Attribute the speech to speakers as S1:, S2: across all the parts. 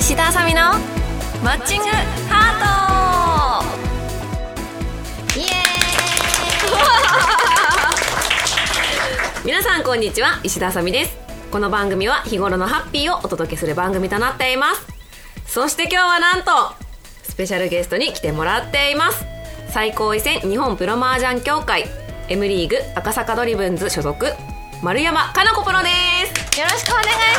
S1: 石田あさみのマッチングハートイエーイ皆さんこんにちは石田あさみですこの番組は日頃のハッピーをお届けする番組となっていますそして今日はなんとスペシャルゲストに来てもらっています最高位戦日本プロマージャン協会 M リーグ赤坂ドリブンズ所属丸山かなこプロです
S2: よろしくお願いしま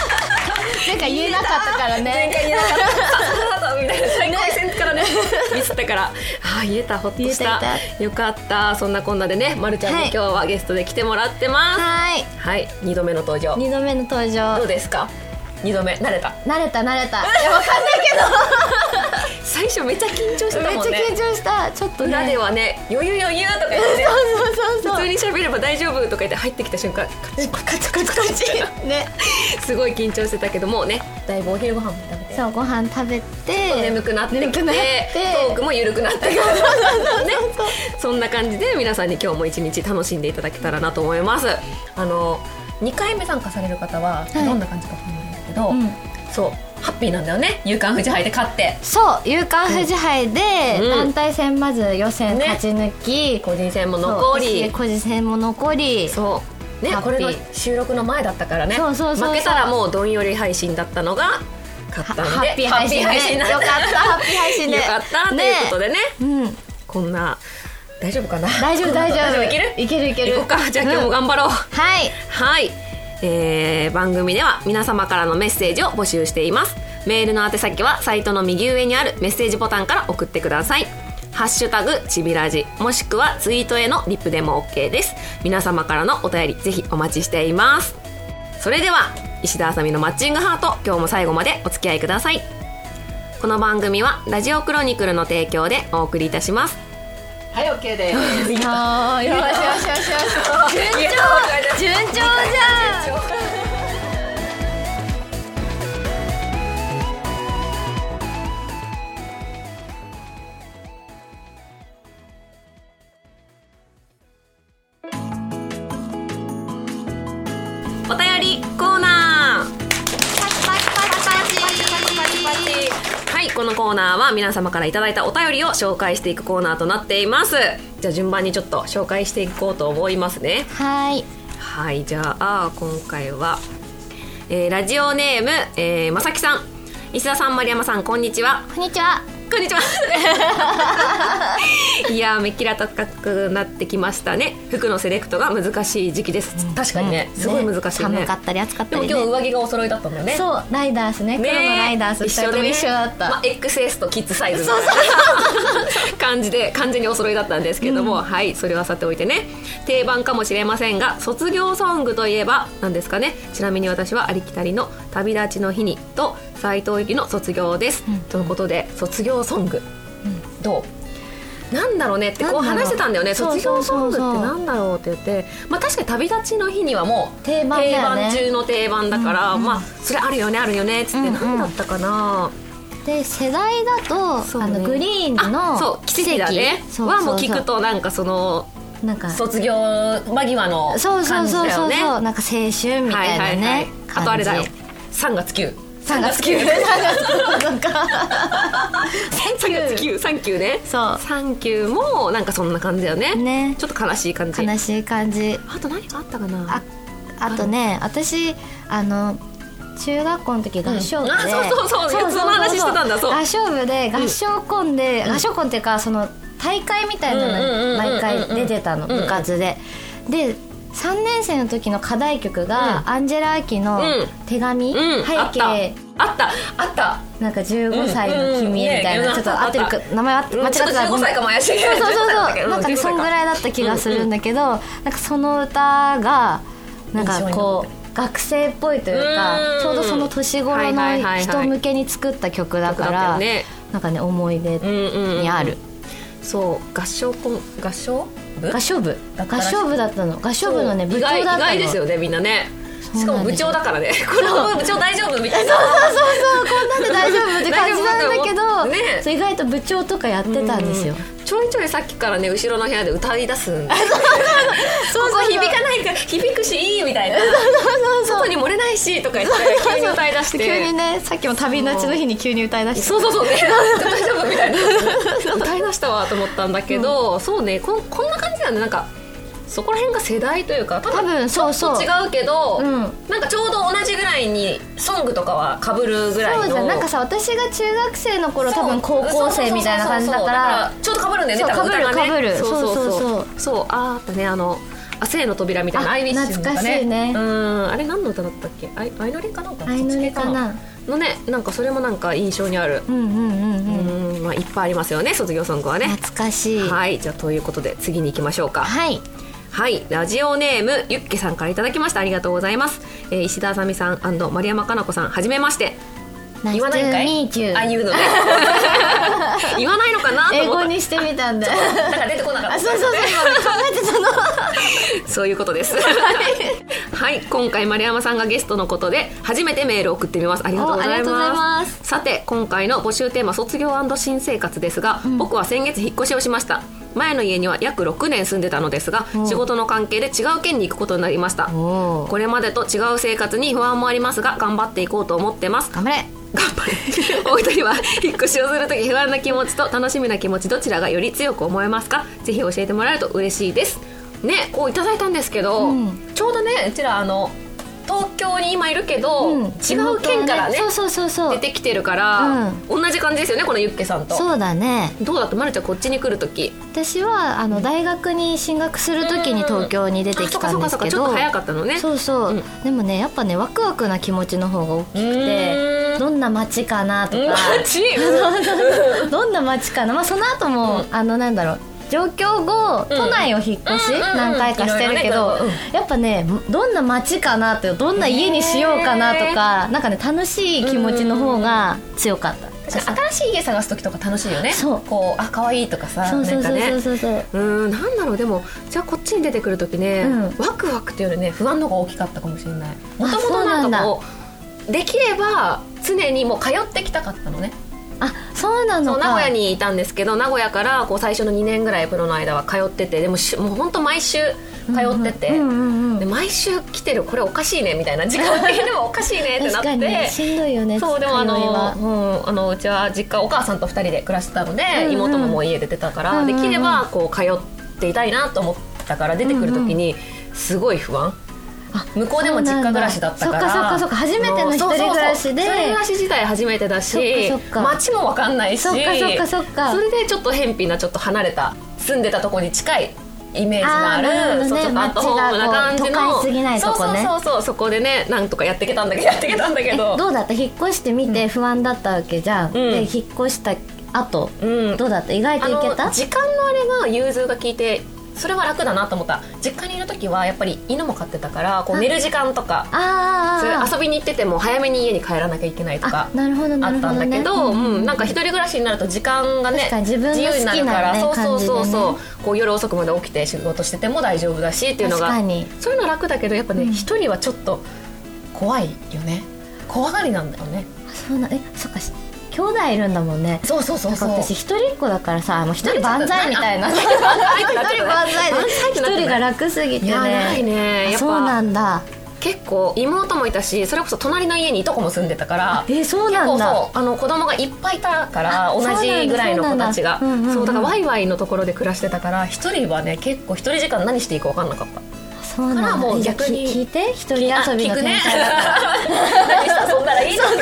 S2: す。なんか言えなかったからね。
S1: みたいな最高位戦からねミスったからああ言えたほっとし
S2: 言
S1: た
S2: えた
S1: よかったそんなこんなでねまるちゃんに
S2: はい
S1: 今日はゲストで来てもらってますは
S2: はい。
S1: い、2度目の登場
S2: 二度目の登場
S1: どう。ですか2度目慣れた
S2: 慣れた慣れた。いやわかん
S1: 最初めっちゃ緊張して
S2: な
S1: た
S2: い。めっ
S1: も
S2: ち
S1: ん
S2: ゃ
S1: ね
S2: 緊張した。ちょっとね。
S1: 裏ではね「余裕余裕」とか言ってね
S2: そうそうそう
S1: 普
S2: そ
S1: 通に喋れば大丈夫とか言って入ってきた瞬間カチ
S2: う。カチカチカチ。ね。
S1: ッ すごい緊張してたけどもうねだいぶお昼ご飯も食べて
S2: そうご飯食べて。
S1: 眠くなってき
S2: 眠
S1: て
S2: くなって
S1: トークも緩くなってきてねそんな感じで皆さんに今日も一日楽しんでいただけたらなと思いますあの2回目参加される方は
S2: はい
S1: どんな感じかわかんないんだけど、
S2: うん。
S1: そうハッピーなんだよね夕刊フジ杯で勝って
S2: そう、夕刊富士杯で
S1: うん
S2: 団体戦まず予選
S1: ね
S2: 勝ち抜き、
S1: 個人戦も残
S2: そう
S1: り
S2: 個人戦も残り、
S1: そうね
S2: ハッ
S1: こ
S2: ピー
S1: れの収録の前だったからね
S2: そうそうそうそう
S1: 負けたらもうどんより配信だったのが勝ったんで
S2: ハッピー配信ね
S1: ハッピー配信なん
S2: よかっ
S1: だ
S2: たハッピー配信ね
S1: よかったということでね
S2: うん。
S1: こんな大丈夫かな
S2: 大丈夫大丈夫
S1: いける
S2: いけるいける
S1: 行こうかじゃあ今日も
S2: うん
S1: 頑張ろう、
S2: はい
S1: はい、えー番組では皆様からのメッセージを募集していますメールの宛先はサイトの右上にあるメッセージボタンから送ってくださいハッシュタグちびラジもしくはツイートへのリプでも OK です皆様からのお便りぜひお待ちしていますそれでは石田あさみのマッチングハート今日も最後までお付き合いくださいこの番組はラジオクロニクルの提供でお送りいたします
S3: はい、OK です。
S2: あーよしよしよしよし順調順調じゃん
S1: お便りコーナーはい、このコーナーは皆様からいただいたお便りを紹介していくコーナーとなっています。じゃあ順番にちょっと紹介していこうと思いますね。
S2: はい
S1: はい、じゃあ今回は、えーラジオネーム、えーまさきさん、石田さん、丸山さん、こんにちは。
S2: こんにちは
S1: こん にちは。いやー、目キラ高くなってきましたね。服のセレクトが難しい時期です。確かにね、すごい難しいね。
S2: 寒かったり暑かった
S1: でも
S2: りね
S1: 今日上着がお揃いだったんだよね。
S2: そうライダースね
S1: ね
S2: 黒のライダース
S1: 一
S2: 二
S1: 緒
S2: 人と
S1: で
S2: も
S1: ね
S2: 一緒だっ
S1: まあ
S2: た、
S1: XS とキッズサイズみたいな 感じで完全にお揃いだったんですけども、はいそれはさておいてね定番かもしれませんが卒業ソングといえば何ですかねちなみに私はありきたりの「旅立ちの日に」と斎藤由貴の「卒業」です、
S2: うん
S1: とのことで卒業ソング、どうなんだろうねってこう
S2: なんだろう
S1: 話してたんだよね
S2: そう
S1: 卒業ソングって
S2: そうそうそう
S1: なんだろうって言ってまあ確かに旅立ちの日にはもう
S2: 定番だよね
S1: 定番中の定番だから、まあそれあるよねあるよねっつって
S2: うんうん
S1: 何だったかな、
S2: で世代だと、
S1: そう
S2: あ
S1: ね
S2: のグリーン
S1: あ
S2: の
S1: そう奇跡だね
S2: 奇跡そう
S1: はもう
S2: そそ
S1: 聞くとなんかその
S2: なんか
S1: 卒業間際の感じだ
S2: そ
S1: よね
S2: うそうそうそうそうなんか青春みたいなね、
S1: あとあれだよ
S2: 感じ
S1: 3月9
S2: 3月9
S1: 3
S2: 3月9
S1: 月9 3級ね
S2: そ
S1: 3級もなんかそんな感じだよね
S2: うね
S1: ちょっと悲しい感じ
S2: 悲しい感じ
S1: あと何かあったかな
S2: ああとね私あの中学校の時合唱部で、
S1: うんあそうそうそうその話してたんだそう
S2: 合唱部で合唱コンで、合唱コンっていうかその大会みたいな
S1: うんうんうんうんう
S2: の
S1: ん
S2: に毎回出てたの、
S1: うんうん
S2: 部活でで3年生の時の課題曲が、アンジェラ・アキの
S1: うん
S2: 「手紙」
S1: うん
S2: 背
S1: あった
S2: 景
S1: あったあった
S2: なんか15歳の君」みたいな、
S1: うんうん
S2: ちょっと合ってるか
S1: うん
S2: 名前合って
S1: うん
S2: 間違っ
S1: ち
S2: て
S1: ょっと
S2: たらご
S1: 15
S2: めん
S1: 歳かも怪し い
S2: そうそうそうそう
S1: 15
S2: なんかそんぐ
S1: い
S2: らいだった気がするんだけど、なんかその歌がなん
S1: 印象
S2: か
S1: に残
S2: こ
S1: っ
S2: う
S1: てる
S2: 学生っぽいというか
S1: うん
S2: ちょうどその年頃
S1: はいはいはいは
S2: の
S1: い
S2: 人向けに作った曲だか
S1: 曲だったよ
S2: ら
S1: ね
S2: なんかね思い出
S1: うんうんうん
S2: にある
S1: そう合唱コン合唱部
S2: 合唱部
S1: だった
S2: 合
S1: らしい
S2: 唱部だったの合唱部のね部
S1: そう
S2: 長だったの
S1: 意外意外ですよねみんなね
S2: うなんですよ
S1: しかも部長だからねこの部長大丈夫みたいな
S2: なんで大丈夫って感じなんだけ
S1: 大丈夫だと
S2: ど、
S1: 思うね
S2: そう意外と部長とかやってたんですよ、
S1: ちょいちょいさっきからね後ろの部屋で歌い出 すんでここ響かないから響くしいいみたいな外に漏れないしとか言って急に歌い出して
S2: 急にねさっきも旅立ちの日に急に歌いだして
S1: そうそうそう ね大丈夫みたいな歌い出したわと思ったんだけど、そうねこんこんな感じなんでなんかそこら辺が世代というか多
S2: 多
S1: 分
S2: 分そうそう
S1: 違うけど、
S2: うん
S1: なんかちょうど同じぐらいにソングとかはかぶるぐらいの
S2: そうじゃんなんかさ私が中学生の頃
S1: そう
S2: 多分高校生みたいな感じだから
S1: そうそうそうそうだからちょうどかぶるんだよね
S2: そう
S1: 多分歌がね
S2: 被る被る
S1: そうそうそう
S2: そう
S1: そ
S2: そうう
S1: あーあとねあの「あ生の扉」みたいな
S2: あ
S1: アイウィッシュとかね
S2: 懐かしいね
S1: うんあれ何の歌だったっけあいあいのりかなんか
S2: あいのりかな
S1: のねなんかそれもなんか印象にある
S2: うんうんうんうん
S1: うんまあいっぱいありますよね卒業ソングはね
S2: 懐かしいはい、
S1: はいじゃあということで次に行きましょうかはいラジオネームゆっけさんからいただきましたありがとうございます、えー、石田あさみさん丸山加奈子さんはじめまして言わないんかい
S2: Nice to meet you
S1: あ言 うのね言わないのかなと
S2: 英
S1: 思っ
S2: 語
S1: た
S2: にしてみたんだ
S1: なんか出てこなかった
S2: あそうそうそう今考えてたの
S1: そういうことですはい今回丸山さんがゲストのことで初めてメールを送ってみますありがとうござい
S2: おありがとうござい
S1: ま
S2: ますす
S1: さて今回の募集テーマ卒業新生活ですが、僕は先月引っ越しをしました前の家には約6年住んでたのですが仕事の関係で違う県に行くことになりました
S2: おう
S1: これまでと違う生活に不安もありますが頑張っていこうと思ってます
S2: 頑張れ
S1: 頑張れお二人は引っ越しをするとき不安な気持ちと楽しみな気持ちどちらがより強く思えますかぜひ教えてもらえると嬉しいですねこういただいたんですけど、
S2: うん
S1: ちょうどねうちらあの東京に今いるけど、
S2: うん
S1: 違う県からね
S2: そうそうそうそ
S1: 出
S2: う
S1: てきてるから、
S2: うん
S1: 同じ感じですよねこのユッケさんと
S2: そうだね
S1: どうだったまるちゃんこっちに来るとき
S2: 私はあの大学に進学するときに東京に出てきたんですけ
S1: ちょ
S2: ど
S1: っと早かったのね
S2: そうそう、
S1: うん
S2: でもねやっぱねワクワクな気持ちの方が大きく
S1: う
S2: て
S1: ん
S2: どんな街かなと
S1: うん
S2: か
S1: こっち
S2: どんな街かなまあその後も、あのなんだろう上京後、
S1: うん
S2: 都内を引っ越し、
S1: うんうんうん
S2: 何回かしてるけ
S1: い
S2: ど
S1: ろい、ろね
S2: やっぱねどんな街かなってどんな家にしようかなとか、なんかね楽しい気持ちの方が強かった、
S1: 確かに 新しい家探すときとか楽しいよね
S2: そう
S1: こうあ可愛いとかさ
S2: そうそう
S1: なんかね
S2: そうそうそう、
S1: うーんなんだろうでもじゃあこっちに出てくる時ね、
S2: う
S1: ワクワクっていうよりね不安の方が大きかったかもしれないもとも
S2: そ
S1: と
S2: う
S1: な
S2: なんんだ
S1: かこうできれば常にもう通ってきたかったのね
S2: あそうなの
S1: そう
S2: か
S1: 名古屋にいたんですけど名古屋からこう最初の2年ぐらいプロの間は通っててでもしもう本当毎週通ってて、
S2: うんうんうん
S1: で毎週来てるこれおかしいねみたいな時間的にもおかしいねってなっ
S2: 確か
S1: て
S2: にねしんどいよね
S1: そうでもあ
S2: 通い
S1: の
S2: は、
S1: うん、あのうちは実家お母さんと2人で暮らしてたので、
S2: うんうん
S1: 妹ももう家出てたから、
S2: うんうんうん
S1: できればこう通っていたいなと思ったから出てくる時にすごい不安、向こうでも実家暮らしだったから
S2: そうなんだそっかそっかそっか初めての一人暮らしで
S1: そうそうそう一人暮らし自体初めてだし
S2: そっかそっか
S1: 街も分かんないし
S2: そっかそっかそっか
S1: それでちょっと偏僻なちょっと離れた住んでたとこに近いイメージのある
S2: あーなるほどね
S1: そうちょっとアットホームな感じの
S2: 街がこう都会すぎないとこね
S1: そうそうそうそうそこでねなんとかやっていけたんだけどやっていけたんだけ
S2: え
S1: ど
S2: どうだった引っ越してみて不安だったわけじゃん、で引っ越した後、
S1: うん
S2: どうだった意外
S1: あ
S2: と
S1: の
S2: いけた
S1: 時間のあれが融通が効いてそれは楽だなと思った実家にいる時はやっぱり犬も飼ってたからこう
S2: あ
S1: 寝る時間とか
S2: あ
S1: それ
S2: ー
S1: 遊びに行ってても早めに家に帰らなきゃいけないとか
S2: あなるほど
S1: あ
S2: なる
S1: っ
S2: ほど、
S1: た
S2: ね、
S1: んだけど、
S2: うん
S1: うん、なんか一人暮らしになると時間がね
S2: 確かに自分の好きなね
S1: 由になるから、そうそうそうそう、
S2: 感
S1: こう夜遅くまで起きて仕事してても大丈夫だしっていうのが
S2: 確かに
S1: そういうの楽だけどやっぱね
S2: うん
S1: 一、人はちょっと怖いよね怖がりなんだよね
S2: あそうなえそっかし兄弟いるんだもんね
S1: そうそうそう
S2: なん
S1: そ
S2: か
S1: う
S2: 私一人っ子だからさもう一人万歳みたいな一人万歳で一人が楽すぎて
S1: い
S2: ね
S1: やないねやっぱ
S2: そうなんだ
S1: 結構妹もいたしそれこそ隣の家にいとこも住んでたから
S2: えそう
S1: 結
S2: な
S1: 構
S2: んだ
S1: そうあの子供がいっぱいいたから
S2: あ
S1: 同じぐらいの
S2: そ
S1: 子
S2: うなんだ
S1: たちが
S2: そうなんだうんうんうん
S1: そうだからワイワイのところで暮らしてたから一人はね結構一人時間何していいか分かんなかった
S2: そう
S1: か
S2: なん
S1: ら
S2: だ
S1: もう
S2: えじゃあ
S1: 逆に
S2: き聞いて一人遊びの天才だから、
S1: 何して遊んだらいいのとか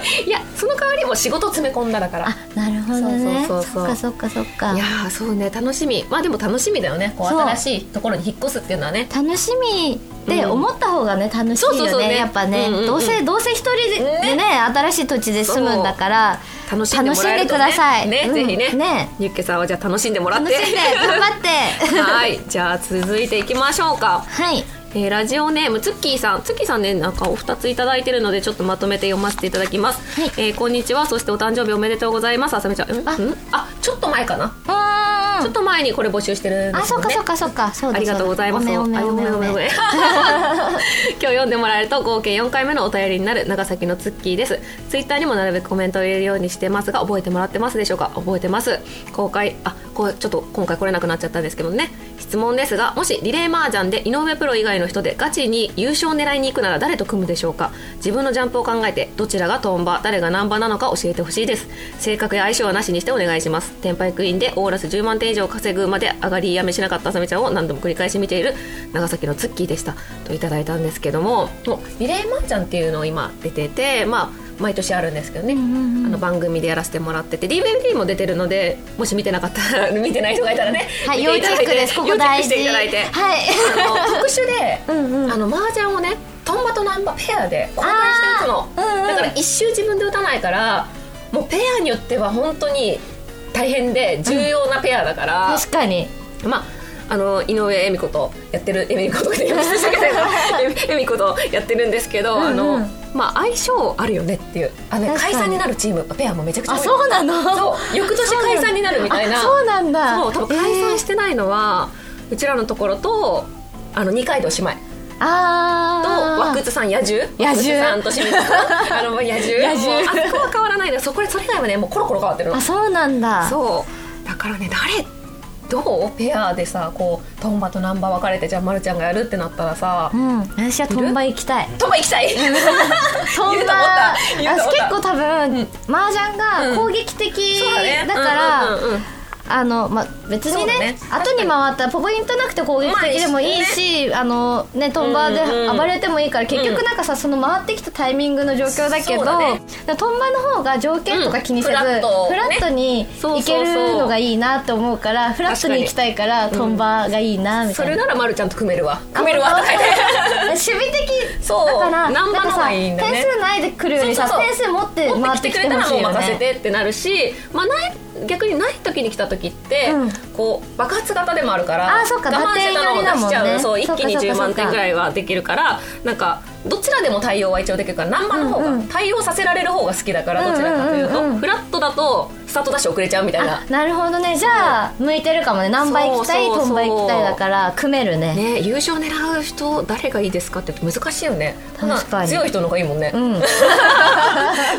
S1: っていやその代わりもう仕事詰め込んだだから
S2: あなるほどね
S1: そ
S2: そう
S1: そうそうそう
S2: っかそっかそっか
S1: いやーそうね楽しみまあでも楽しみだよねこう
S2: そう
S1: 新しいところに引っ越すっていうのはね
S2: 楽しみって思った方がね、楽しいよ
S1: そう
S2: ね
S1: そうそうね
S2: やっぱね、
S1: うんうんうん
S2: どうせどうせ一人でね新しい土地で住むんだから
S1: 楽しんでもらえると、ね、
S2: 楽しんでください
S1: ね、
S2: うん
S1: ぜひね
S2: ね
S1: ユッケさんはじゃあ楽しんでもらっ
S2: 楽
S1: て
S2: しんで頑張って
S1: はいじゃあ続いていきましょうか
S2: はい
S1: えーラジオネームツッキーさんツッキーさんねなんかお二ついただいてるのでちょっとまとめて読ませていただきます、
S2: はい
S1: えーこんにちはそしてお誕生日おめでとうございますあさみちゃんうん
S2: あ
S1: うんあちょっと前かな
S2: ううん
S1: ちょっと前にこれ募集してるんで
S2: あ
S1: す
S2: そ
S1: よ
S2: っか
S1: ね
S2: そっかそっかそうだ
S1: ありがとうございます。
S2: そうだおめ
S1: あ
S2: おめおめお
S1: ごめ
S2: め
S1: んごめんごめ ん今日読んでもらえると合計4回目のお便りになる長崎のツッキーです。ツイッターにもなるべくコメントを入れるようにしてますが、覚えてもらってますでしょうか覚えてます。公開、あ、こうちょっと今回来れなくなっちゃったんですけどね。質問ですが、もしリレーマージャンで井上プロ以外の人でガチに優勝を狙いに行くなら誰と組むでしょうか自分のジャンプを考えて、どちらがトンバ、誰がナンバなのか教えてほしいです。性格や相性はなしにしてお願いします。テンパイクインでオーラス10万点以上稼ぐまで上がりやめしなかったあさみちゃんを何度も繰り返し見ている長崎のツッキーでしたといただいたんですけどももうリレーマーちゃんっていうのを今出てて、まあ、毎年あるんですけどね、あの番組でやらせてもらってて DVD も出てるのでもし見てなかったら見てない人がいたらね、
S2: はい
S1: 見
S2: 要
S1: て
S2: チ
S1: いた
S2: ェッ
S1: だい
S2: ク
S1: て
S2: ですここ大
S1: 要チェ
S2: 事
S1: ックしていただいて。
S2: はい
S1: あの特殊で
S2: うんうん
S1: あの麻雀をねトンバとナンバペアで交代して打つの、
S2: あーうんうん
S1: だから一周自分で打たないからもうペアによっては本当に大変で重要なペアだから、
S2: 確かに
S1: まあ、あの井上恵美子とやってる恵美子とかで呼び捨てしたけど 恵美子とやってるんですけど、あ
S2: うんう
S1: の
S2: ん
S1: まあ、相性あるよねっていうあのね
S2: 確かに
S1: 解散になるチームペアもめちゃくちゃ多
S2: あ
S1: い
S2: そうなの
S1: そう翌年解散になるみたいな
S2: あそうなんだ
S1: そう多分解散しててないのは、うちらのところとあの二階堂姉妹
S2: あ
S1: と
S2: あ
S1: 和久津さん野獣
S2: 野獣
S1: 和久津さんと清水さ んあの野
S2: 野
S1: 獣
S2: 獣
S1: もうあそこは変わらないでそこでそれ以外はねもうコロコロ変わってるの
S2: あそうなんだ
S1: そうだからね誰どうペアでさこうトンバとナンバ分かれてじゃあまるちゃんがやるってなったらさ、
S2: うん私はトンバ行きたい
S1: トンバ行きたい
S2: そ
S1: 言うんと思った
S2: な
S1: 言うと思
S2: 私
S1: った
S2: 結構多分麻雀が攻撃的だから、
S1: うんうんうん
S2: あのまあ、別にね
S1: そうだね
S2: 後に回ったらポイントなくて攻撃的でもいいし、あのね、トンバ
S1: うんう
S2: ー
S1: ん
S2: で暴れてもいいから、結局なんかさその回ってきたタイミングの状況だけ
S1: そ
S2: ど
S1: うだね
S2: だからトンバの方が条件とか気にせず、
S1: うん
S2: フ
S1: フ
S2: ラ
S1: ラットね
S2: ットに
S1: そう
S2: い
S1: そ
S2: け
S1: うそう
S2: るのがいいなって思うからフラットに行きたいからトンバがいいなみ
S1: そ
S2: たい
S1: れ
S2: な。
S1: ならまるちゃんと組めるわ組めるわとか 言って
S2: 守備的
S1: そう
S2: だから
S1: ナンバ
S2: なん
S1: の
S2: か
S1: 方
S2: さ
S1: がいいんだね
S2: 点数ないで来るよりさ
S1: そうそうそう
S2: 点数持って
S1: 持っ
S2: 回ってて
S1: きて
S2: き
S1: く
S2: て
S1: れた
S2: ほ
S1: ら
S2: し
S1: も
S2: いうよ
S1: 任せ
S2: ね。
S1: てってなるし、まあ、ない逆にない時に来た時って、
S2: うん
S1: こう爆発型でもあるから
S2: あーそっか
S1: 我慢してたのを出しちゃう、
S2: 打点寄りだもんね
S1: そう
S2: そ
S1: 一
S2: っか
S1: 気に
S2: そっか
S1: 10万点ぐらいはできるからなんかどちらでも対応は一応できるから何番の方が、
S2: うんうん
S1: 対応させられる方が好きだからどちらかというと、
S2: うんうんうんうん
S1: フラットだとスタートダッシュ遅れちゃうみたいな
S2: あ。なるほどねじゃあ向いてるかもね何倍行きたい
S1: そうそうそう
S2: トンバ行きたいだから組めるね
S1: ね、優勝狙う人誰がいいですかって言うと難しいよね
S2: 確かに
S1: 強い人の方がいいもんね、
S2: うん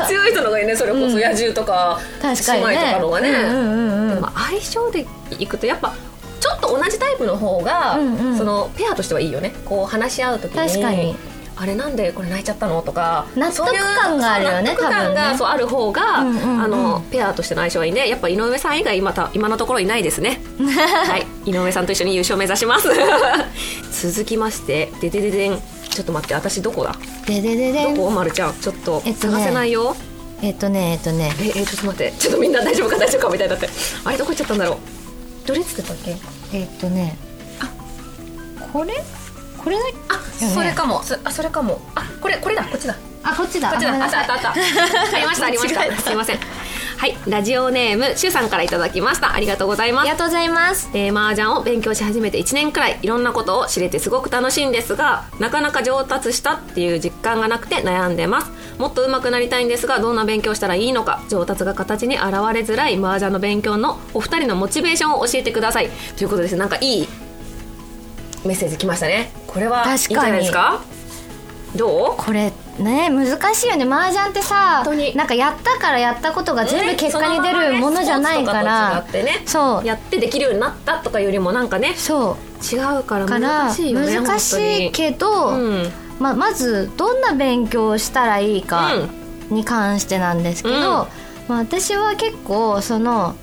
S1: 強い人の方がいいねそれこそ野獣とか
S2: 確かにね
S1: 姉妹とかの方がね、
S2: うんうんうんうん
S1: でも相性でいくとやっぱちょっと同じタイプの方が、
S2: うんうん
S1: そのペアとしてはいいよねこう話し合う時に
S2: 確かに
S1: あれなんでこれ泣いちゃったのとか
S2: 納得感があるよね
S1: そういうそ
S2: 多
S1: う納得感
S2: 分
S1: が、
S2: ね
S1: そうある方が、
S2: うんうんうん
S1: あのペアとしての相性はいいねやっぱ井上さん以外今た今のところいないです ねはい井上さんと一緒に優勝目指します 続きましてででででんちょっと待って私どこだ
S2: でででで
S1: ど
S2: ん
S1: こまるちゃんちょっと
S2: えっとね
S1: 探せないよ、
S2: えっとねえっとね
S1: ええちょっと待ってちょっとみんな大丈夫か大丈夫かみたいになってあれどこ行っちゃったんだろうどれつってたっけ
S2: えっとねこれこれだ
S1: あ、それかも。そあ、それかも。あ、これこれだ。こっちだ。こ
S2: あこっちだ
S1: っちだ。
S2: ごめん
S1: あ、あ
S2: な
S1: った
S2: さ
S1: あ
S2: い
S1: ったあった。ありましたありまし
S2: 間違え
S1: た。
S2: た
S1: すいません。はい、ラジオネームしゅうさんからいただきました。ありがとうござい
S2: あ
S1: ま
S2: り
S1: す
S2: が。とうございます
S1: えー、麻雀を勉強し始めて1年くらいいろんなことを知れてすごく楽しいんですがなかなか上達したっていう実感がなくて悩んでますもっと上手くなりたいんですがどんな勉強したらいいのか上達が形に現れづらい麻雀の勉強のお二人のモチベーションを教えてくださいということですなんかいいメッセージ来ましたねこれはいいんじゃないですかどう
S2: これね難しいよね麻雀ってさ
S1: 本当に
S2: なんかやったからやったことが全部結果に出るものじゃないから
S1: そのままねスポーツとかと違ってね
S2: そう
S1: やってできるようになったとかよりもなんかね
S2: そう
S1: 違うから
S2: から
S1: 難しいよね
S2: 難しいけど、
S1: 本当にうん
S2: まあ、まずどんな勉強をしたらいいか
S1: うん
S2: に関してなんですけど、
S1: うん
S2: まあ、私は結構その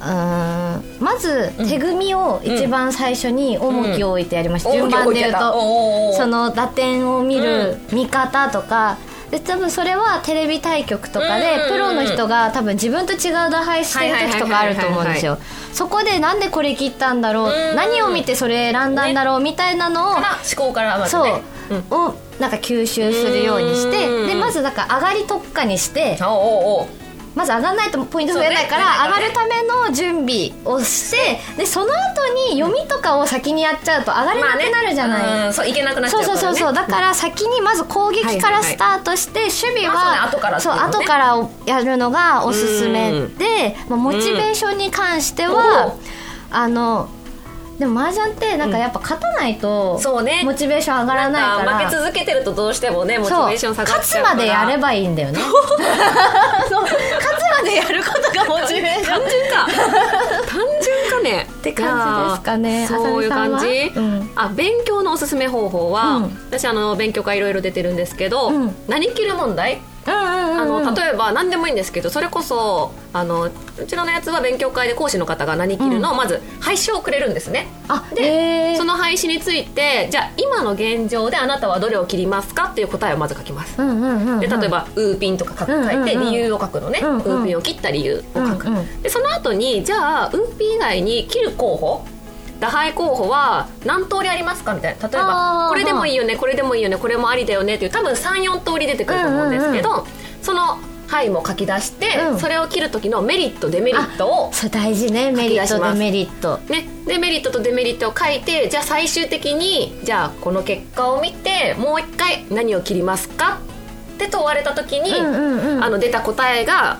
S2: うーんまず手組みを一番最初に重きを置いてやりました、順番で言うとその打点を見る見方とか。で多分それはテレビ対局とか
S1: うんうんう
S2: で
S1: ん
S2: プロの人が多分自分と違う打敗してる時とかあると思うんですよそこでなんでこれ切ったんだろ
S1: うんう
S2: うん何を見てそれ選んだんだろうみたいなのを
S1: から思考からまず
S2: そう
S1: ね、ん、
S2: をなんか吸収するようにし
S1: う
S2: て
S1: ん
S2: でまずなんか上がり特化にして
S1: あおうおうおう
S2: まず上がらないとポイント増えないから、
S1: そうね
S2: 上がるための準備をしてでその後に読みとかを先にやっちゃうと上がれなくなるじゃない、
S1: まあねうんそういけなくなっち
S2: そう
S1: ゃうか
S2: そう
S1: ら、ね、
S2: そうそうだから先にまず攻撃からスタートして守備は
S1: あそうね後からって
S2: そ
S1: いううのね
S2: 後からやるのがおすすめでまあモチベーションに関してはあのでも麻雀ってなんかやっぱ勝たないと
S1: そうね
S2: モチベーション上がらないから
S1: んか負け続けてるとどうしてもねモチベーション下がっち
S2: 勝
S1: ゃう
S2: つ
S1: から
S2: までやればいいんだよねそう勝つまでやることがモチベーション
S1: 単純 か単純かねって
S2: 感じですかね
S1: そういう
S2: あ
S1: 感じ、
S2: さみさんはうん
S1: あ勉強のおすすめ方法は、
S2: うん
S1: 私あの勉強会いろいろ出てるんですけど、
S2: うん
S1: 何切る問題あ
S2: あ
S1: の例えば何でもいいんですけどそれこそあのうちらのやつは勉強会で講師の方が何切るのをまず配信をくれるんですね、
S2: あ
S1: で、
S2: へー
S1: その廃止についてじゃあ今の現状であなたはどれを切りますかっていう答えをまず書きます
S2: うんうんうんうん
S1: で例えば「ウーピン」とか書く書いて
S2: うんうんうん
S1: 理由を書くのね、
S2: うんうん
S1: ウーピンを切った理由を書く、
S2: うんうん
S1: でその後にじゃあウーピン以外に切る候補打敗候補は何通りありますかみたいな例え
S2: あ
S1: ば
S2: ー
S1: これでもいいよねこれでもいいよねこれもありだよねっていう多分34通り出てくると思うんですけど、その範囲も書き出して、
S2: うん
S1: それを切る時のメリットデメリットを
S2: それ大事ねメリッ
S1: 書き出しま
S2: トデ
S1: す
S2: メリット
S1: ね、デメリットとデメリットを書いてじゃあ最終的にじゃあこの結果を見てもう一回何を切りますかって問われた時に、
S2: うんうんうん
S1: あの出た答えが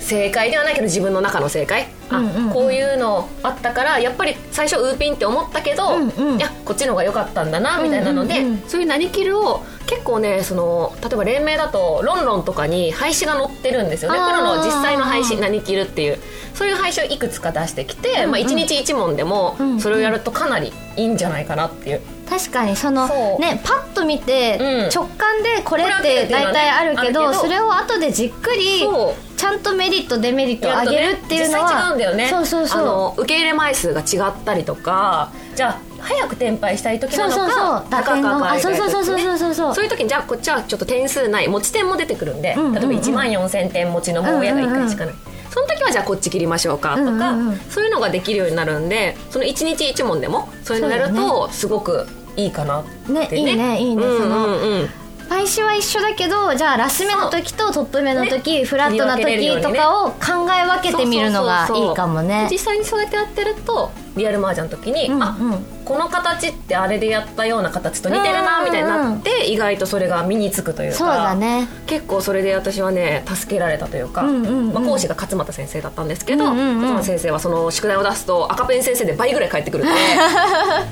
S1: 正解ではないけど自分の中の正解、あ
S2: うんうんうん
S1: こういうのあったからやっぱり最初ウーピンって思ったけど、
S2: うんうん
S1: いやこっちの方が良かったんだなみたいなので、
S2: うんうんうん
S1: そういう何切るを結構ねその例えば連盟だとロンロンとかに廃止が載ってるんですよね
S2: あー
S1: プロの実際の廃止何切るっていうそういう廃止をいくつか出してきて、まあ、1日1問でも
S2: うんうん
S1: それをやるとかなりいいんじゃないかなっていう、
S2: 確かにその
S1: そう
S2: ねパッと見て、
S1: うん
S2: 直感でこれって大体あるけ
S1: これはっていうのはね
S2: ど
S1: あるけど
S2: それを後でじっくり
S1: そう
S2: ちゃんとメリットデメリットを上げるっていうのは
S1: 実際違うんだよね
S2: そうそうそう
S1: あの受け入れ枚数が違ったりとかじゃあ早く転廃したい時な
S2: そう
S1: のか
S2: そうそう打
S1: 高く
S2: 点
S1: 上
S2: が
S1: が
S2: あ
S1: りた
S2: そ
S1: いう時
S2: そうそうそう
S1: ね
S2: そうそうそう
S1: そういう時にじゃあこっちはちょっと点数ない持ち点も出てくるんで、
S2: うんうんうん
S1: 例えば1万4000点持ちの坊やが1回しかない、その時はじゃあこっち切りましょうかとか、
S2: うんうんうん
S1: そういうのができるようになるんでその1日1問でもそういうのやる
S2: そう
S1: とすごくいいかなってね
S2: ねいいねいいね
S1: うん
S2: その
S1: うんうん
S2: 配信は一緒だけどじゃあラス目の時とトップ目の時、フラットな
S1: 切り分けれるよう
S2: 時
S1: にね
S2: とかを考え分けてみるのが
S1: そうそうそ
S2: い
S1: うそう
S2: いかもね
S1: 実際にそうやってやってるとリアルマージャンの時に、
S2: うんうん
S1: あこの形ってあれでやったような形と似てるなみたいになって、意外とそれが身につくというか
S2: そうだね
S1: 結構それで私はね助けられたというか、
S2: うんうんうん
S1: まあ、講師が勝俣先生だったんですけど、
S2: うんうんうん
S1: 勝俣先生はその宿題を出すと赤ペン先生で倍ぐらい返って くるんで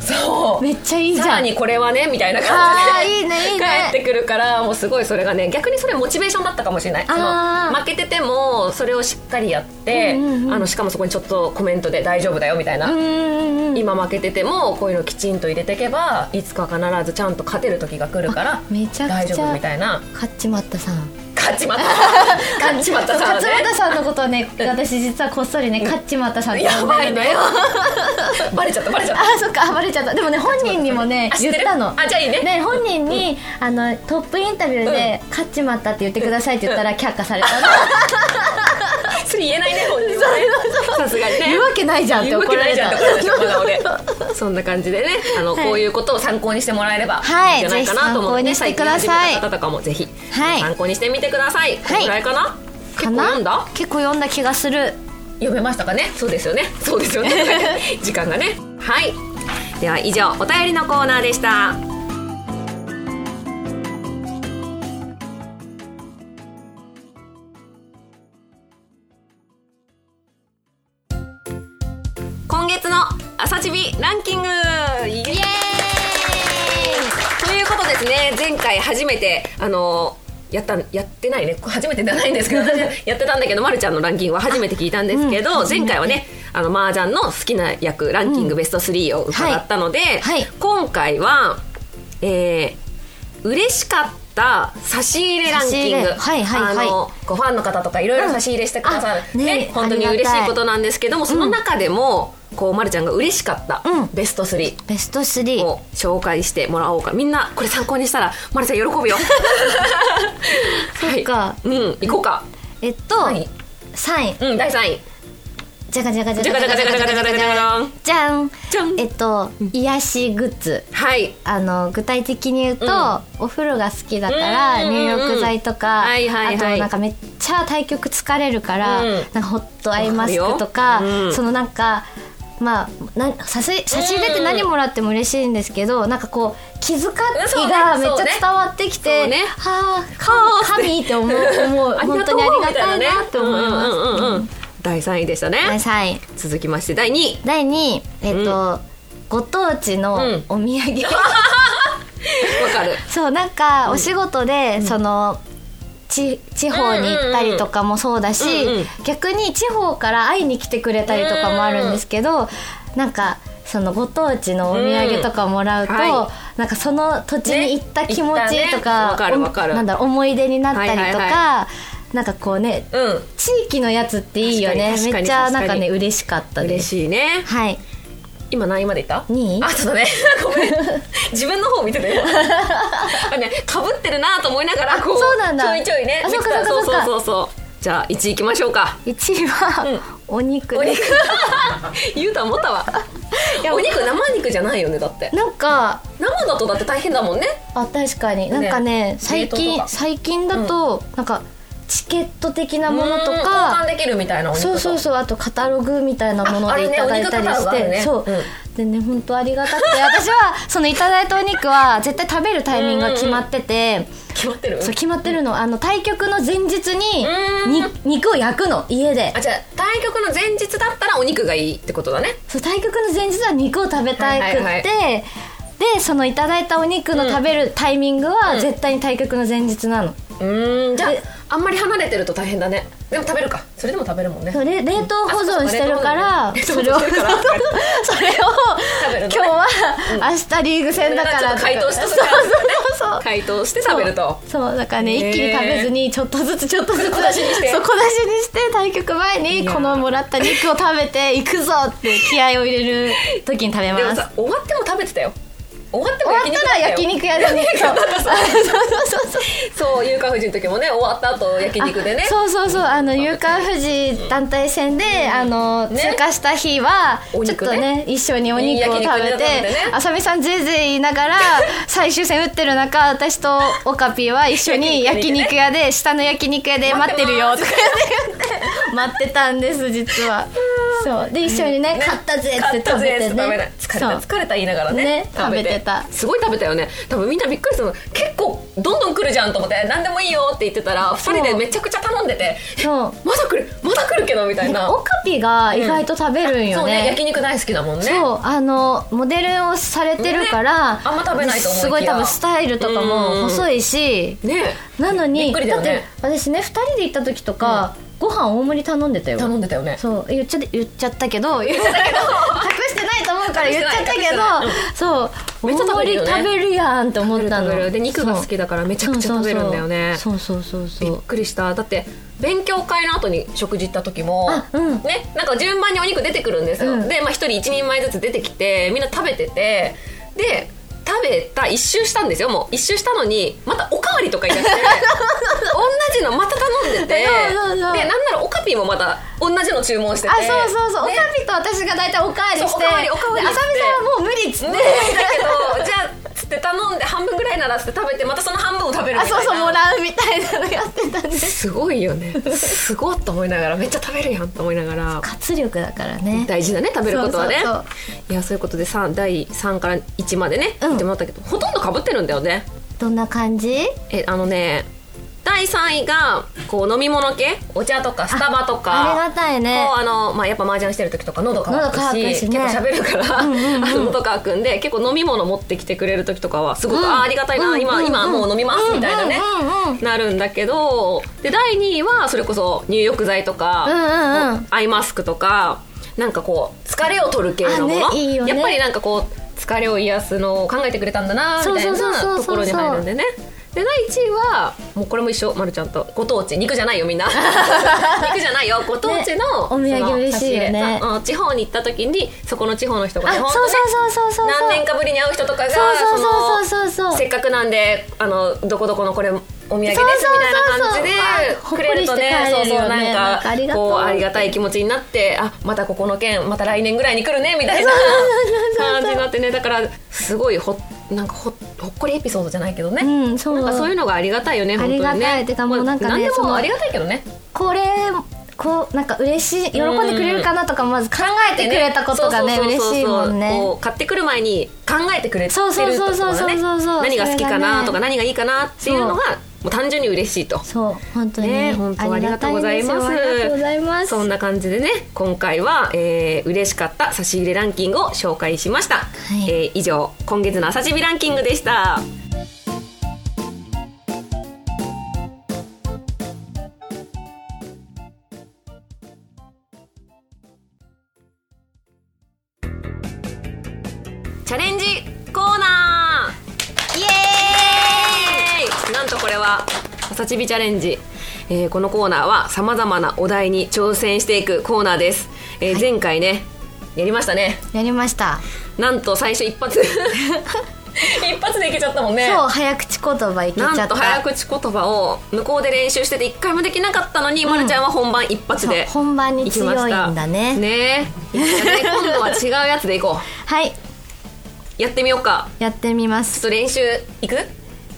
S1: そう
S2: めっちゃいいじ
S1: さ
S2: ゃ
S1: ら
S2: ん
S1: にこれはねみたいな感じで
S2: ああいいねいい
S1: 帰って
S2: ね
S1: くるからもうすごいそれがね逆にそれモチベーションだったかもしれないそ
S2: あ
S1: の
S2: ー
S1: 負けててもそれをしっかりやって、
S2: うんうんうん
S1: あのしかもそこにちょっとコメントで「大丈夫だよ」みたいな、
S2: うんうんうん
S1: 今負けててもこういうのきちんと入れていけばいつか必ずちゃんと勝てる時が来るから
S2: あめちゃくちゃ
S1: 大丈夫みたいな
S2: 勝ちまったさん
S1: 勝ちまった 勝ちまったさん
S2: 勝
S1: ね
S2: 俣さんのことをね私実はこっそりね勝ちまったさんって
S1: や
S2: 呼んで
S1: ば
S2: る
S1: い
S2: の
S1: ね バレちゃったバレちゃった
S2: あそっか暴れちゃったでもね本人にもね
S1: あ知
S2: 言
S1: っ
S2: って
S1: る
S2: たの
S1: あじゃあいいね
S2: ね本人にあのトップインタビューで「勝ちまった」って言ってくださいって言ったら却下され たの
S1: それ言えないね本人はねさすがにね
S2: 言うわけないじゃんって
S1: 言うわ
S2: 怒
S1: け
S2: ら
S1: ない
S2: れ
S1: じゃん
S2: た
S1: って怒られちゃうまだ俺そんな感じでねあの、
S2: はい
S1: こういうことを参考にしてもらえれば
S2: はい
S1: いいんじゃないかなと思って、ね、
S2: ぜひ参考にしてください
S1: 最近始めた方とかもぜひ、
S2: はい
S1: 参考にしてみてくださいこれぐらいかな、結
S2: か
S1: 構
S2: な
S1: 読んだ
S2: 結構読んだ気がする
S1: 読めましたかねそうですよねそうですよね 時間がねはいでは以上お便りのコーナーでした今月の朝チビランキングイエーイということですね前回初めてあのやったやってないね初めてじゃないんですけど私やってたんだけど、ま、るちゃんのランキングは初めて聞いたんですけど、前回はねあの麻雀の好きな役ランキングベスト3を伺ったので、
S2: はい
S1: 今回は、えー、嬉しかった差し入れランキング、
S2: 差し入れはいはいはい
S1: あのごファンの方とかいろいろ差し入れしてくださる、
S2: うんあ
S1: ね
S2: ね
S1: 本当に
S2: あり
S1: 嬉
S2: が
S1: しい
S2: たい
S1: ことなんですけどもその中でも、こうまるちゃんが嬉しかった、
S2: うん
S1: ベスト3
S2: ベスト3
S1: を紹介してもらおうかみんなこれ参考にしたらまるちゃん喜ぶよ
S2: そっか
S1: はいうん行こうか
S2: えっと
S1: はい
S2: 3位
S1: うん第三位
S2: じゃかじゃかじゃ
S1: じゃ
S2: か
S1: かじゃかじゃかじゃかじゃかじゃかじゃん
S2: じゃん
S1: じゃん
S2: えっと癒しグッズ
S1: はい
S2: あの具体的に言うと、お風呂が好きだか
S1: うん
S2: ら
S1: うんうん
S2: 入浴剤とか、
S1: はいはいはい
S2: あとなんかめっちゃ対局疲れるから、
S1: うん
S2: なんかホットアイマスクとか
S1: わかるようん
S2: そのなんかまあな差し差し入れって何もらっても嬉しいんですけど、なんかこう気遣い
S1: そうね
S2: がめっち
S1: そう
S2: ゃ
S1: ね
S2: 伝わってき
S1: そ
S2: て、
S1: うね
S2: はあ神神って思う思う
S1: ありがと
S2: 本当
S1: う
S2: にありがたいなって思います。
S1: みたいなねうんうんうんうん第3位でしたね
S2: 第3位
S1: 続きまして第2位
S2: 第2位えっと、ご当地の
S1: うん
S2: お土産、
S1: わかる
S2: そうなんかお仕事で、そのち地方に行ったりとかもそうだし、
S1: うんうんうん
S2: 逆に地方から会いに来てくれたりとかもあるんですけど、なんかそのご当地のお土産とかもらうと、
S1: うんは
S2: なんかその土地に行った気持
S1: ね行っ
S2: ち
S1: たね
S2: とか,
S1: わかるわかる
S2: おなんだろう思い出になったりとか、
S1: はいはい
S2: なんかこうね
S1: うん
S2: 地域のやつっていいよね
S1: 確かに確かに
S2: めっちゃなんか
S1: 確か
S2: ね
S1: に
S2: 嬉しかったで
S1: 嬉
S2: す。
S1: しいね
S2: はい
S1: 今何位までいった
S2: 二位
S1: あそうだね ごめん自分の方見て たよかねかぶってるなと思いながらこう
S2: そうなんだ
S1: ちょいちょいね
S2: あそうか
S1: 見てた
S2: そうか
S1: そ
S2: そう
S1: そうそうそうじゃあ1位いきましょう か
S2: 1位はお肉
S1: お
S2: で
S1: 肉
S2: す、
S1: 言うとは思ったわ
S2: いや
S1: お肉生肉じゃないよねだって
S2: なんか
S1: 生だとだって大変だもんね
S2: あ確かになんかね
S1: ね
S2: 最
S1: 冷凍と
S2: 近
S1: か
S2: 最近だと、なんかチケット的なものと
S1: うん
S2: か
S1: 交換できるみたいなお肉
S2: そうそう
S1: そ
S2: そうあとカタログみたいなも
S1: あ
S2: の
S1: あ
S2: で
S1: れ
S2: い
S1: ね
S2: ただいたり
S1: お肉カタログ
S2: して、
S1: あるね
S2: そう、
S1: う
S2: でね本当ありがたく て私はそのいただいたお肉は絶対食べるタイミングが決まってて、
S1: 決まってる
S2: そう決まってるのあの対局の前日に
S1: うん
S2: に肉を焼くの家で
S1: あじゃあ対局の前日だったらお肉がいいってことだね
S2: そう対局の前日は肉を食べたくって、
S1: はいはい
S2: でそのいただいたお肉の食べるタイミングは絶対に対局の前日なの、
S1: うんじゃ
S2: で
S1: ああんまり離れてると大変だねでも食べるかそれでも食べるもんね
S2: そうれ冷凍保存してるから
S1: あそ
S2: そ
S1: うか冷
S2: れ
S1: 凍
S2: を
S1: 保
S2: そ
S1: 存
S2: れ
S1: して
S2: を
S1: るから
S2: 今
S1: 食べるのね
S2: 日は明日リーグ戦だから
S1: ちょっと解凍し
S2: そ
S1: て
S2: うそうそう
S1: 解凍して食べると
S2: そうだからね
S1: へー
S2: 一気に食べずにちょっとずつちょっとずつ
S1: 小出しにして
S2: そう小出しにして対局前
S1: い
S2: に
S1: やー
S2: このもらった肉を食べていくぞって気合を入れる時に食べ
S1: でも
S2: ます
S1: さ終わっても食べてたよ終わっても
S2: 終わ
S1: 焼
S2: っ
S1: 肉
S2: た
S1: だ
S2: ら
S1: ったよ
S2: 焼肉屋でねそうそうそうそう
S1: そう有観婦人の時もね終わった後焼肉でね
S2: あそうそうそうあの有観富士団体戦で、あの
S1: ね
S2: 通過した日は、
S1: お
S2: ちょ
S1: 肉
S2: っ
S1: ね
S2: とね一緒にお肉を食
S1: いい焼肉
S2: べ
S1: ね食べて
S2: て
S1: ね
S2: 浅見さんぜいぜい言いなが ら最終戦打ってる中私とオカピは一緒に焼
S1: 焼肉
S2: 肉屋で下の焼肉屋で待ってる よと
S1: 待
S2: か
S1: って
S2: 言って待ってたんです実 はそうで一緒にね
S1: ね
S2: 勝ったぜっ
S1: 買
S2: て
S1: った
S2: 食べ
S1: ぜ
S2: て
S1: って食べない
S2: ね
S1: 疲
S2: そ
S1: れた
S2: う
S1: 疲れた言いながらね
S2: ね食べてた
S1: すごい食べたよね多分みんなびっくりしたの結構どんどん来るじゃんと思って何でもいいよって言ってたら2
S2: う
S1: 人でめちゃくちゃ頼んでて
S2: そう
S1: まだ来るまだ来るけどみたいな
S2: オカピが意外と食べるん
S1: そ
S2: よ
S1: うね
S2: ね
S1: 焼肉大好きだもんね
S2: そうあのモデルをされてるから、
S1: ねあんま食べないと思いきや
S2: すごい多分スタイルとか
S1: うん
S2: も細いし
S1: ね
S2: なの
S1: びっ
S2: に
S1: くりだよ
S2: って
S1: ね
S2: 私ね2人で行った時とか、ご飯大盛り頼んでたよ
S1: 頼んでたよね
S2: そう言っちゃ言っちゃったけど言っちゃったけど隠してないと思うから言っちゃった
S1: 隠してない隠
S2: けどそう
S1: めっちゃ食べるよね
S2: 大盛り食べるやんって思った
S1: 食べ
S2: の
S1: るで肉が好きだからめちゃくちゃ食べるんだよね
S2: そうそうそうそう
S1: び
S2: そ
S1: っ
S2: う
S1: くりしただって勉強会の後に食事行った時も、
S2: あうん
S1: ねなんか順番にお肉出てくるんですよ、
S2: うん
S1: で、まあ、1人1人前ずつ出てきてみんな食べててで食べた一周したんですよもう一周したのにまたおかわりとか言い 出して同じのまた頼んでて
S2: そうそうそう
S1: でなんならオカピもまた同じの注文してて
S2: あそうそうそう、
S1: ね
S2: おかみと私が大体おかわりして
S1: そうおかわりおかわり
S2: で
S1: って
S2: 浅見さんはもう無理っつって、
S1: ねだけどじゃあつって頼んで半分ぐらいならつって食べてまたその半分を食べる
S2: あ
S1: みたいな
S2: そうそうもらうみたいなのやってたんです
S1: すごいよねすごっと思いながらめっちゃ食べるやんと思いながら
S2: 活力だからね
S1: 大事だね食べることはね
S2: そうそう
S1: いやそういうことで3第3から1までね
S2: うん
S1: 言ってもらったけど、ほとんどかぶってるんだよね
S2: どんな感じ
S1: えあのね第3位がこう飲み物系お茶とかスタバとか
S2: ありがたいね
S1: こうあの、まあ、やっぱ麻雀してる時とか喉乾くし
S2: 喉乾くしね
S1: 結構喋るから、
S2: うんうんうん
S1: あの 喉乾くんで結構飲み物持ってきてくれる時とかはすごく、
S2: うん
S1: あーありがたいな、
S2: うん
S1: 今
S2: うん
S1: 今もう飲みますみたいなね、
S2: うんうんうん
S1: なるんだけどで第2位はそれこそ入浴剤とか、
S2: うんうんうん
S1: アイマスクとかなんかこう疲れを取る系のも
S2: あ
S1: の、
S2: ねいいよね
S1: やっぱりなんかこう疲れを癒すのを考えてくれたんだなみたい
S2: そうそうそう
S1: な
S2: そうそう
S1: ところに入るんでねで第1位はもうこれも一緒、ま、るちゃんとご当地肉じゃない よみんな肉じゃないよご当地の、
S2: ねお土産
S1: その
S2: 嬉しいよね
S1: 差し入れあ地方に行った時にそこの地方の人が
S2: あ
S1: ね
S2: そう
S1: 本
S2: そ
S1: 当
S2: う
S1: ね
S2: そうそうそうそう
S1: 何年かぶりに会う人とかが
S2: そうそう
S1: そ
S2: そうそうそう
S1: の
S2: そう
S1: せっかくなんであのどこどこのこれお土産ですみたい
S2: そう
S1: な
S2: そうそう
S1: 感じ
S2: ほ
S1: で
S2: っ
S1: く
S2: こ
S1: れる
S2: り
S1: と
S2: して
S1: ね
S2: 帰れるよね
S1: そうそうな
S2: なん
S1: ん
S2: かあり
S1: か
S2: がとう
S1: こうありがたい気持ちになってあまたここの県また来年ぐらいに来るねみたいな感じになってねだからすごいほなんかほほっこりエピソードじゃないけどね、
S2: うんそう
S1: なんかそういうのがありがたいよね本当にね
S2: ありがたいてかもうなんかね
S1: まあ何で
S2: そ
S1: も
S2: の
S1: ありがたいけどね
S2: これこうなんか嬉しい喜んでくれるかなとかまず考えてくれたことがね
S1: そうそうそう
S2: 嬉
S1: そう
S2: しいもん
S1: こ
S2: ね
S1: う買ってくる前に考えてくれてる
S2: そう
S1: と
S2: そうそう
S1: こ
S2: そう
S1: ろがね
S2: そうそうそう
S1: 何が好きかなと
S2: それが
S1: か
S2: ね
S1: 何がいいかなっていうのがもう単純に嬉しいと
S2: そう本当に、
S1: ね、本当ありがとうございます。
S2: ありがとうございます
S1: そんな感じでね、今回は、えー、嬉しかった差し入れランキングを紹介しました。
S2: い
S1: えー以上、今月の朝チビランキングでした。チャレンジコーナー。イエーイなんとこれは「朝ちびチャレンジ」えーこのコーナーはさまざまなお題に挑戦していくコーナーです、えー前回ねやりましたね
S2: やりました
S1: なんと最初一発 一発でいけちゃったもんね
S2: そう早口言葉いけちゃった
S1: なんと早口言葉を向こうで練習してて一回もできなかったのに、まるちゃんは本番一発で
S2: そう本番に
S1: いきました
S2: 強いんだね
S1: ねえいいですね今度は違うやつでいこ
S2: はい、
S1: うやってみようか
S2: やってみま
S1: ちょっ
S2: す。
S1: と練習いく
S2: い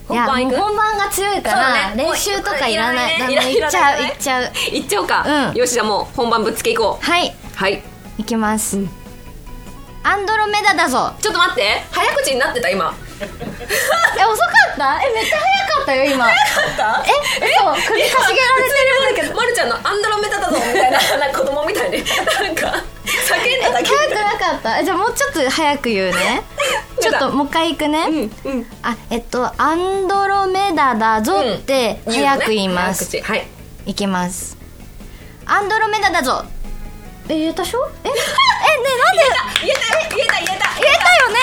S1: 本
S2: や、
S1: 番い
S2: もう
S1: く
S2: 本番が強いか
S1: そ
S2: ら、
S1: うね
S2: 練習とかいらない。
S1: もうい
S2: い
S1: いらないね
S2: っちゃう、
S1: いらない
S2: いっちゃう。
S1: 行っちゃおうか、
S2: うん
S1: よしじゃあもう本番ぶっつけいこう
S2: はい、
S1: はい
S2: いきます
S1: うん。
S2: アンドロメダだぞ。
S1: ちょっと待って早口になってた今
S2: え、遅かったえ、めっちゃ早かったよ、今。
S1: た
S2: え、嘘、首かしげられてる。
S1: れてるまるちゃん のアンドロメタだぞみたいななんか子供みたいでなんか叫ん
S2: え
S1: だ
S2: 早
S1: だけみた
S2: く
S1: いな
S2: なかったえじゃあもうちょっと早く言うねちょっともう一回いくね、
S1: うんうん
S2: あえっと「アンドロメダだぞ」って早く言います、
S1: 言うのね早口はい
S2: いきますアンドロメダだぞえ言えたしょえ えねなんで
S1: 言えた言えた言えた
S2: 言えたよね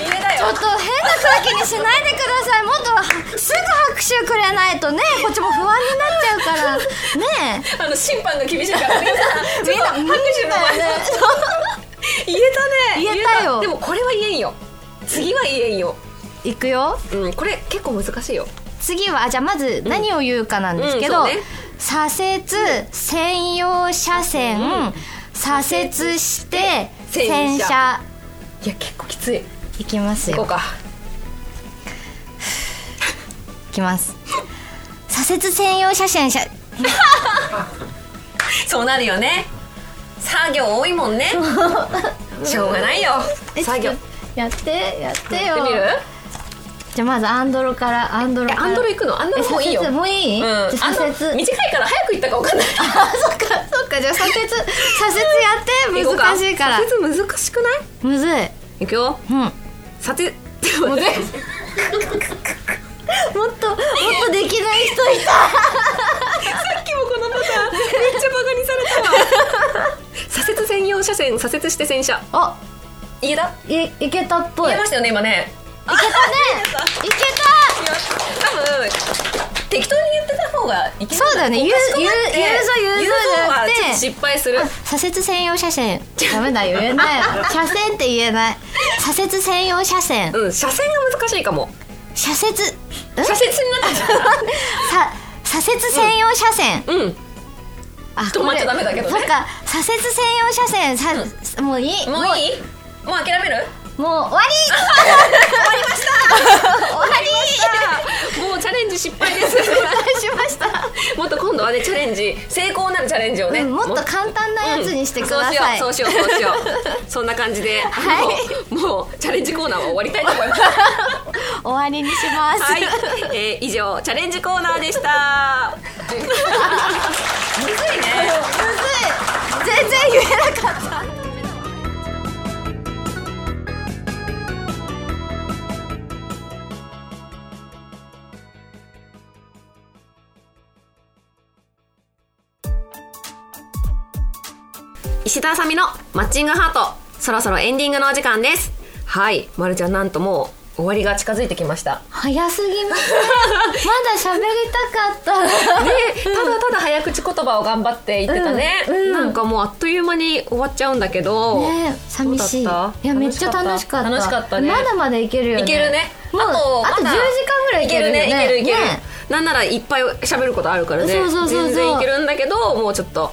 S1: 言えた
S2: ちょっ
S1: よ
S2: と変な空気にしないでくださいもっとはすぐ拍手くれないとねこっちも不安になっちゃう からね
S1: あの審判が厳し いからみん
S2: み
S1: な
S2: んな
S1: みんな拍手の前
S2: み
S1: で
S2: んなね
S1: 言えたね
S2: 言えたよ
S1: でもこれは言えんよ次は言えんよ
S2: えいくよ
S1: うんこれ結構難しいよ
S2: 次はじゃあまず何を言うかなんですけど、
S1: うんうんそうね
S2: 左折専用車線、左折して
S1: 洗
S2: 洗
S1: 車
S2: 車
S1: いや結構きつい
S2: いきます
S1: 行こう
S2: よ
S1: か
S2: いきます左折専用車線車
S1: そうなるよね作業多いもんねしょうがないよ
S2: え
S1: 作業
S2: ちょっとやってやって
S1: や
S2: よ
S1: ってみる
S2: じゃあまずアンドロからアンドロ
S1: え
S2: から
S1: アンドロ行くのアンドロもういいよ
S2: え左折もういい、
S1: うん、あの
S2: じゃあ左折
S1: 短いから早く行ったか分かんない
S2: あそっかそっかじゃあ左折左折やって難しいから
S1: 左折難しくない
S2: むずい
S1: 行くよ
S2: うんもっ
S1: さてもうね
S2: ともっとできない人いた
S1: さっきもこのパターンめっちゃバカにされたわ 左折専用車線左折して洗車
S2: あ
S1: 言えた
S2: いいけたっぽいい
S1: 言え
S2: け
S1: ましたよね今ね
S2: たね いけた
S1: 多分適当に言ってた方がいける
S2: そうだよね言う
S1: 賢くなって
S2: 言う言うぞ言うぞ
S1: 言う方は
S2: じゃなくて
S1: ちょっと失敗する
S2: 左折専用車線ダメだ言えない車線って言えない左折専用車線
S1: うん車線が難しいかも
S2: 車折ん
S1: 車
S2: さ
S1: 線になっちゃっ
S2: 左折専用車線
S1: たうん
S2: あ
S1: 止まっちゃダメだけど
S2: そ
S1: ね
S2: っか左折専用車線さもういい
S1: もういいもう諦める
S2: もう終わ り終わりました
S1: もうチャレンジ失敗 です
S2: 終わりしました
S1: もっと今度はねチャレンジ成功なるチャレンジをね、
S2: うんもっと簡単なやつにしてください、
S1: そうしようそうしようそうしよう そんな感じで、
S2: はい
S1: もうもうチャレンジコーナーは終わりたいと思います
S2: 終わりにします、
S1: はい、えー以上チャレンジコーナーでした むずいね
S2: むずい全然言えなかった
S1: 石田あさみのマッチングハートそろそろエンディングのお時間ですはいまるちゃんなんともう終わりが近づいてきま した
S2: 早すぎませんまだ喋りたか った
S1: ね、ただただ早口言葉を頑張って言ってたね、
S2: うんうん
S1: なんかもうあっという間に終わっちゃうんだけど、
S2: ね寂しいい
S1: どうだ
S2: や
S1: った
S2: めっちゃ楽しかった
S1: 楽しかったね
S2: まだまだいけるよね
S1: いけるね
S2: もう
S1: あと
S2: あと
S1: ま
S2: 10
S1: だ
S2: 時間ぐらい
S1: い
S2: い
S1: け
S2: ける
S1: る
S2: よ
S1: ね
S2: ね
S1: いけるいける、
S2: ね
S1: なんならいっぱい喋ることあるからね
S2: そうそうそうそう
S1: 全然いけるんだけどもうちょっと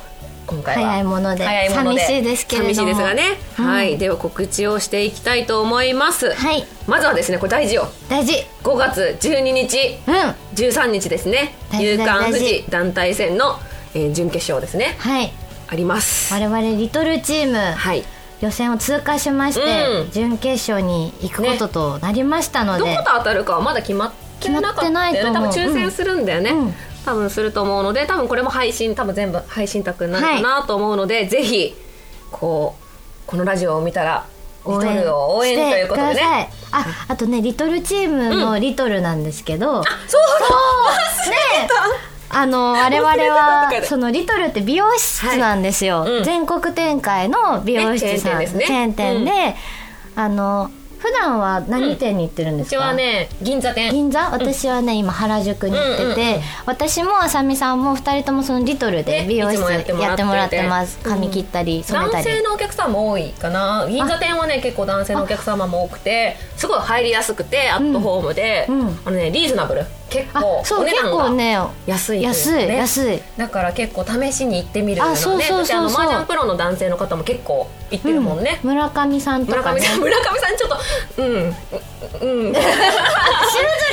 S1: 今回は
S2: 早いもので
S1: 早いもので
S2: 寂しいですけれども
S1: 寂しいですがね、
S2: うん
S1: はいでは告知をしていきたいと思います、
S2: はい
S1: まずはですねこれ大事よ
S2: 大事
S1: 5月12日
S2: うん
S1: 13日ですね
S2: 大事
S1: 有
S2: 大
S1: 観
S2: 事
S1: 富士団体戦の、えー準決勝ですね
S2: はい
S1: あります
S2: 我々リトルチーム、
S1: はい
S2: 予選を通過しまして、
S1: うん
S2: 準決勝に行くこととなりましたの
S1: ど
S2: で、
S1: こと当たるかはまだ決まっ決まってないと思う多分抽選するんだよね、
S2: うん
S1: 多分すると思うので多分これも配信多分全部配信卓になるかなと思うので、ぜひこうこのラジオを見たらリトルを応援ということ
S2: し
S1: で
S2: てくださ
S1: ね
S2: いああとねリトルチームのリトルなんですけど、
S1: そう
S2: そうねあの我々
S1: 忘れてたとか
S2: は
S1: で
S2: そのリトルって美容室なんですよ、
S1: いうん
S2: 全国展開の美容室さん
S1: ねチェーン店ですね
S2: チェーン店で、あの普段は何店に行ってるんで
S1: う
S2: す
S1: ち
S2: か、
S1: はね銀座店
S2: 銀座私はね、今原宿に行ってて、私もあさみさんも二人ともそのリトルで
S1: ね
S2: 美容室
S1: いつもや
S2: や
S1: っ
S2: ってて
S1: も
S2: も
S1: らってて
S2: らってます髪切ったり染めた
S1: 男
S2: り
S1: 性のお客さんも多いかな銀座店はね結構男性のお客様も多くてすごい入りやすくてアットホームで、
S2: うんうん
S1: あのねリーズナブル結
S2: あ
S1: 構
S2: そ
S1: お
S2: う
S1: 値
S2: 結
S1: 段
S2: 構
S1: が
S2: ね
S1: 安いとうか
S2: 安い
S1: ね
S2: 安い
S1: だから結構試しに行ってみるの
S2: あそうそうそうそう
S1: あの麻雀プロの男性の方も結構行ってるもんね、
S2: うん村上さんと
S1: 村
S2: かね
S1: 上さん村上さんちょっとうん
S2: 白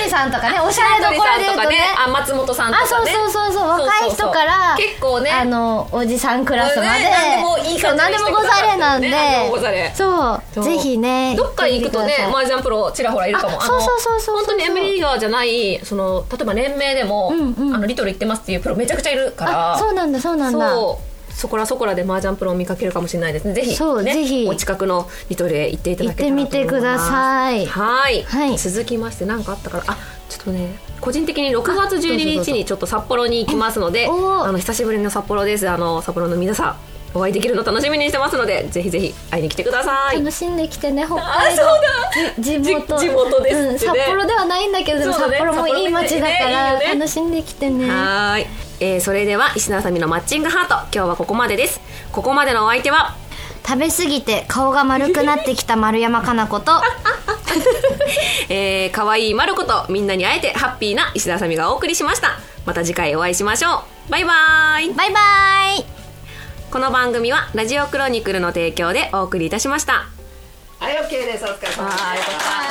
S2: 鳥さんとかねおしゃれどころで言うとね
S1: あ松本さんと
S2: あそ
S1: か
S2: う
S1: ね
S2: そうそうそう若い人から
S1: 結構ね
S2: あのおじさんクラスまで
S1: ね何でもいい感じにして
S2: そう何でもござれなんで
S1: ね何でもござれ
S2: そうぜひね
S1: どっか行く
S2: 行
S1: とね
S2: ってみてください
S1: 麻雀プロちらほらいるかも
S2: あそうそうそうそうそう
S1: 本当にエミリーガーじゃないその例えば連盟でも、
S2: うんうん
S1: あのリトル行ってますっていうプロめちゃくちゃいるから
S2: あそうなんだそうなんだ
S1: そうそこらそこらで麻雀プロを見かけるかもしれないですねぜひ
S2: そう
S1: ね
S2: ぜひ
S1: お近くのリトルへ行っていただけたらと思います
S2: 行ってみてください
S1: はい
S2: はい
S1: 続きまして何かあったかなあちょっとね個人的に6月12日にちょっと札幌に行きますので
S2: おー
S1: あの久しぶりの札幌ですあの札幌の皆さんお会いできるの楽しみにしてますのでぜひぜひ会いに来てください
S2: 楽しんできてね北
S1: あ
S2: 海
S1: そ
S2: 道
S1: うだ
S2: 地元
S1: じ地元ですってね
S2: うん札幌ではないんだけどでも
S1: そうだ
S2: 札
S1: ね
S2: 幌もいい街だか
S1: 札幌もいいねいい
S2: ら
S1: よね
S2: 楽しんできてね
S1: はーい、えーそれでは石田あさみのマッチングハート今日はここまでですここまでのお相手は
S2: 食べ過ぎて顔が丸くなってきた丸山加奈子と
S1: えー、かわいいまる子とみんなに会えてハッピーな石田あさみがお送りしましたまた次回お会いしましょうバイバーイ
S2: バイバイ
S1: この番組はラジオクロニクルの提供でお送りいたしました
S3: はい、OK です。お疲れ様です。
S1: あーよかった